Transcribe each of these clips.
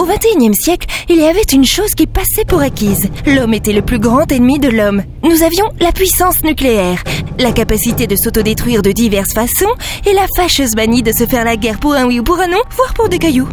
XXIe siècle, il y avait une chose qui passait pour acquise. L'homme était le plus grand ennemi de l'homme. Nous avions la puissance nucléaire, la capacité de s'autodétruire de diverses façons et la fâcheuse manie de se faire la guerre pour un oui ou pour un non, voire pour des cailloux.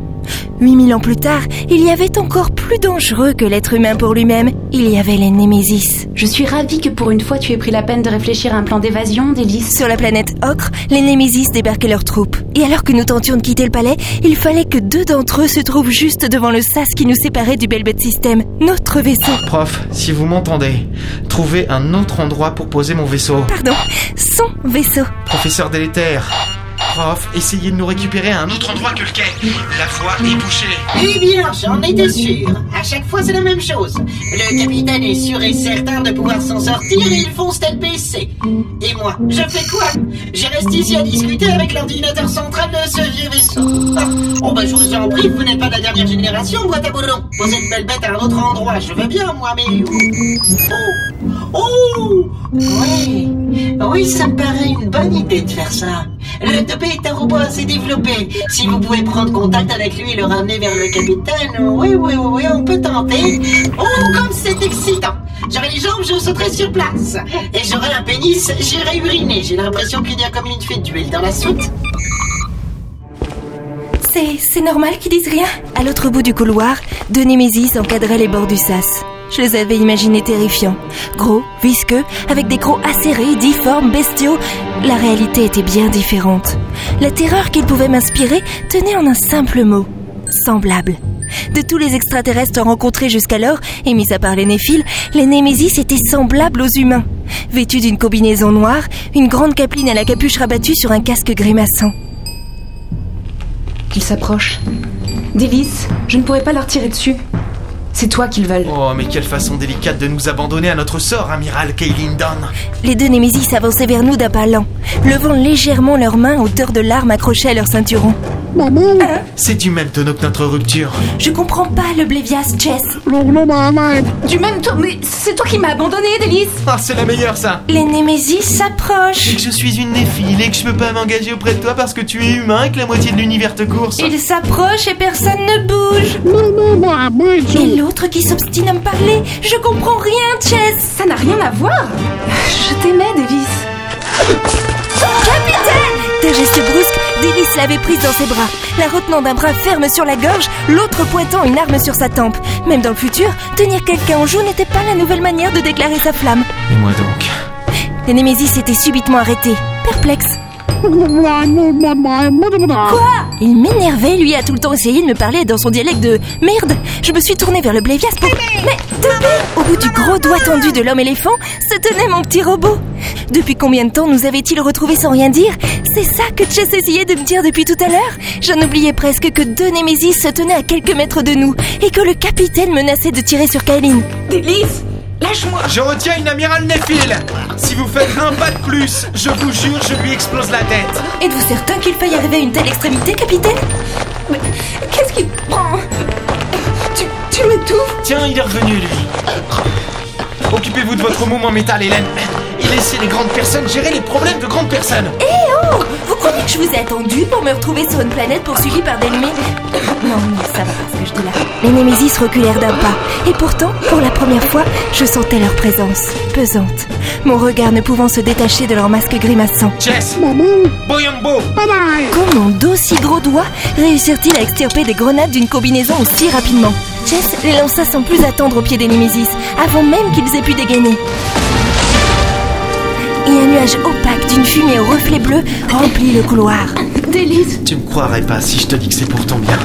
8000 ans plus tard, il y avait encore plus dangereux que l'être humain pour lui-même. Il y avait les Némésis. Je suis ravie que pour une fois tu aies pris la peine de réfléchir à un plan d'évasion, d'hélice. Sur la planète Ocre, les Némésis débarquaient leurs troupes. Et alors que nous tentions de quitter le palais, il fallait que deux d'entre eux se trouvent juste devant le sas qui nous séparait du Belbet System, notre vaisseau. Prof, si vous m'entendez, trouvez un autre endroit pour poser mon vaisseau. Pardon, son vaisseau. Professeur délétère. Prof, essayez de nous récupérer à un autre endroit que le quai. La voie est bouchée. Eh bien, j'en étais sûr. À chaque fois, c'est la même chose. Le capitaine est sûr et certain de pouvoir s'en sortir et ils fonce tête baissée. Et moi, je fais quoi Je reste ici à discuter avec l'ordinateur central de ce vieux vaisseau. Oh, oh, bah, je vous en prie, vous n'êtes pas de la dernière génération, boîte à boulon. Vous êtes belle bête à un autre endroit, je veux bien, moi, mais... Oh Oh Oui Oui, ça me paraît une bonne idée de faire ça. Le topé est un robot assez développé. Si vous pouvez prendre contact avec lui et le ramener vers le capitaine, oui, oui, oui, oui, on peut tenter. Oh, comme c'est excitant J'aurais les jambes, je sauterai sur place. Et j'aurai un pénis, j'irai uriner. J'ai l'impression qu'il y a comme une fuite d'huile dans la soute. C'est, c'est normal qu'ils disent rien À l'autre bout du couloir, deux Némésis encadraient les bords du sas. Je les avais imaginés terrifiants. Gros, visqueux, avec des crocs acérés, difformes, bestiaux. La réalité était bien différente. La terreur qu'ils pouvaient m'inspirer tenait en un simple mot. Semblable. De tous les extraterrestres rencontrés jusqu'alors, et mis à part les néphiles, les Némésis étaient semblables aux humains. Vêtus d'une combinaison noire, une grande capeline à la capuche rabattue sur un casque grimaçant. Qu'ils s'approchent. Délice, je ne pourrais pas leur tirer dessus. C'est toi qu'ils veulent. Oh, mais quelle façon délicate de nous abandonner à notre sort, amiral Kaylin Dunn. Les deux Némésis avançaient vers nous d'un pas lent, levant légèrement leurs mains à hauteur de l'arme accrochée à leur ceinturon. Maman, C'est du même tonneau que notre rupture. Je comprends pas le Blévias, Chess. maman, maman. Du même temps, mais c'est toi qui m'as abandonné, Délice Ah, c'est la meilleure, ça Les Némésis s'approchent. Et que je suis une néphile et que je peux pas m'engager auprès de toi parce que tu es humain et que la moitié de l'univers te course. Ils s'approchent et personne ne bouge. Maman, maman. Et l'autre qui s'obstine à me parler. Je comprends rien, Chess. Ça n'a rien à voir Je t'aimais, Délice. Capitaine D'un geste brusque, Délice l'avait prise dans ses bras, la retenant d'un bras ferme sur la gorge, l'autre pointant une arme sur sa tempe. Même dans le futur, tenir quelqu'un en joue n'était pas la nouvelle manière de déclarer sa flamme. Et moi donc Les Némésis s'étaient subitement arrêtés, perplexes. Quoi Il m'énervait, lui a tout le temps essayé de me parler dans son dialecte de merde. Je me suis tournée vers le blévias pour. Mais Topé Au bout du gros doigt tendu de l'homme éléphant se tenait mon petit robot. Depuis combien de temps nous avait-il retrouvé sans rien dire C'est ça que Chess essayait de me dire depuis tout à l'heure. J'en oubliais presque que deux Némésis se tenaient à quelques mètres de nous et que le capitaine menaçait de tirer sur Kaelin. Délice Lâche-moi Je retiens une amiral néphile Si vous faites un pas de plus, je vous jure, je lui explose la tête Êtes-vous certain qu'il faille arriver à une telle extrémité, capitaine Mais qu'est-ce qui te prend Tu, tu m'étouffes Tiens, il est revenu, lui Occupez-vous de votre moment métal, Hélène Et laissez les grandes personnes gérer les problèmes de grandes personnes Oh Vous croyez que je vous ai attendu pour me retrouver sur une planète poursuivie par d'ennemis Non, mais ça va pas ce que je dis là. Les Némésis reculèrent d'un pas. Et pourtant, pour la première fois, je sentais leur présence, pesante. Mon regard ne pouvant se détacher de leur masque grimaçant. Chess Maman, Boyambo maman. Comment d'aussi gros doigts réussirent-ils à extirper des grenades d'une combinaison aussi rapidement Jess les lança sans plus attendre au pied des Némésis, avant même qu'ils aient pu dégainer. Et un nuage opaque d'une fumée au reflet bleu remplit le couloir. Délice Tu me croirais pas si je te dis que c'est pour ton bien.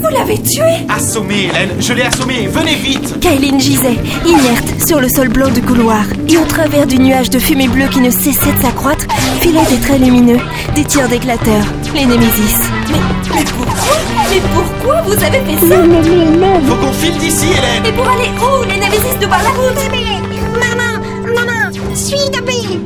Vous l'avez tué Assommé, Hélène Je l'ai assommé Venez vite Kailin gisait, inerte, sur le sol blanc du couloir. Et au travers du nuage de fumée bleue qui ne cessait de s'accroître, filaient des traits lumineux, des tirs d'éclateurs, les Némésis. Mais, mais pourquoi Mais pourquoi vous avez fait ça Faut qu'on file d'ici, Hélène Et pour aller où Les Némésis de par la route Maman, maman, suis tapée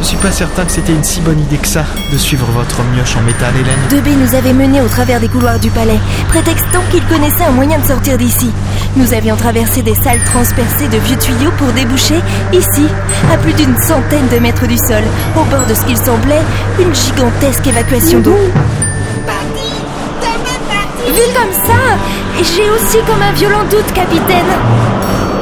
Je suis pas certain que c'était une si bonne idée que ça, de suivre votre mioche en métal, Hélène. Debé nous avait menés au travers des couloirs du palais, prétextant qu'il connaissait un moyen de sortir d'ici. Nous avions traversé des salles transpercées de vieux tuyaux pour déboucher, ici, à plus d'une centaine de mètres du sol, au bord de ce qu'il semblait une gigantesque évacuation d'eau. Vu comme ça, j'ai aussi comme un violent doute, capitaine.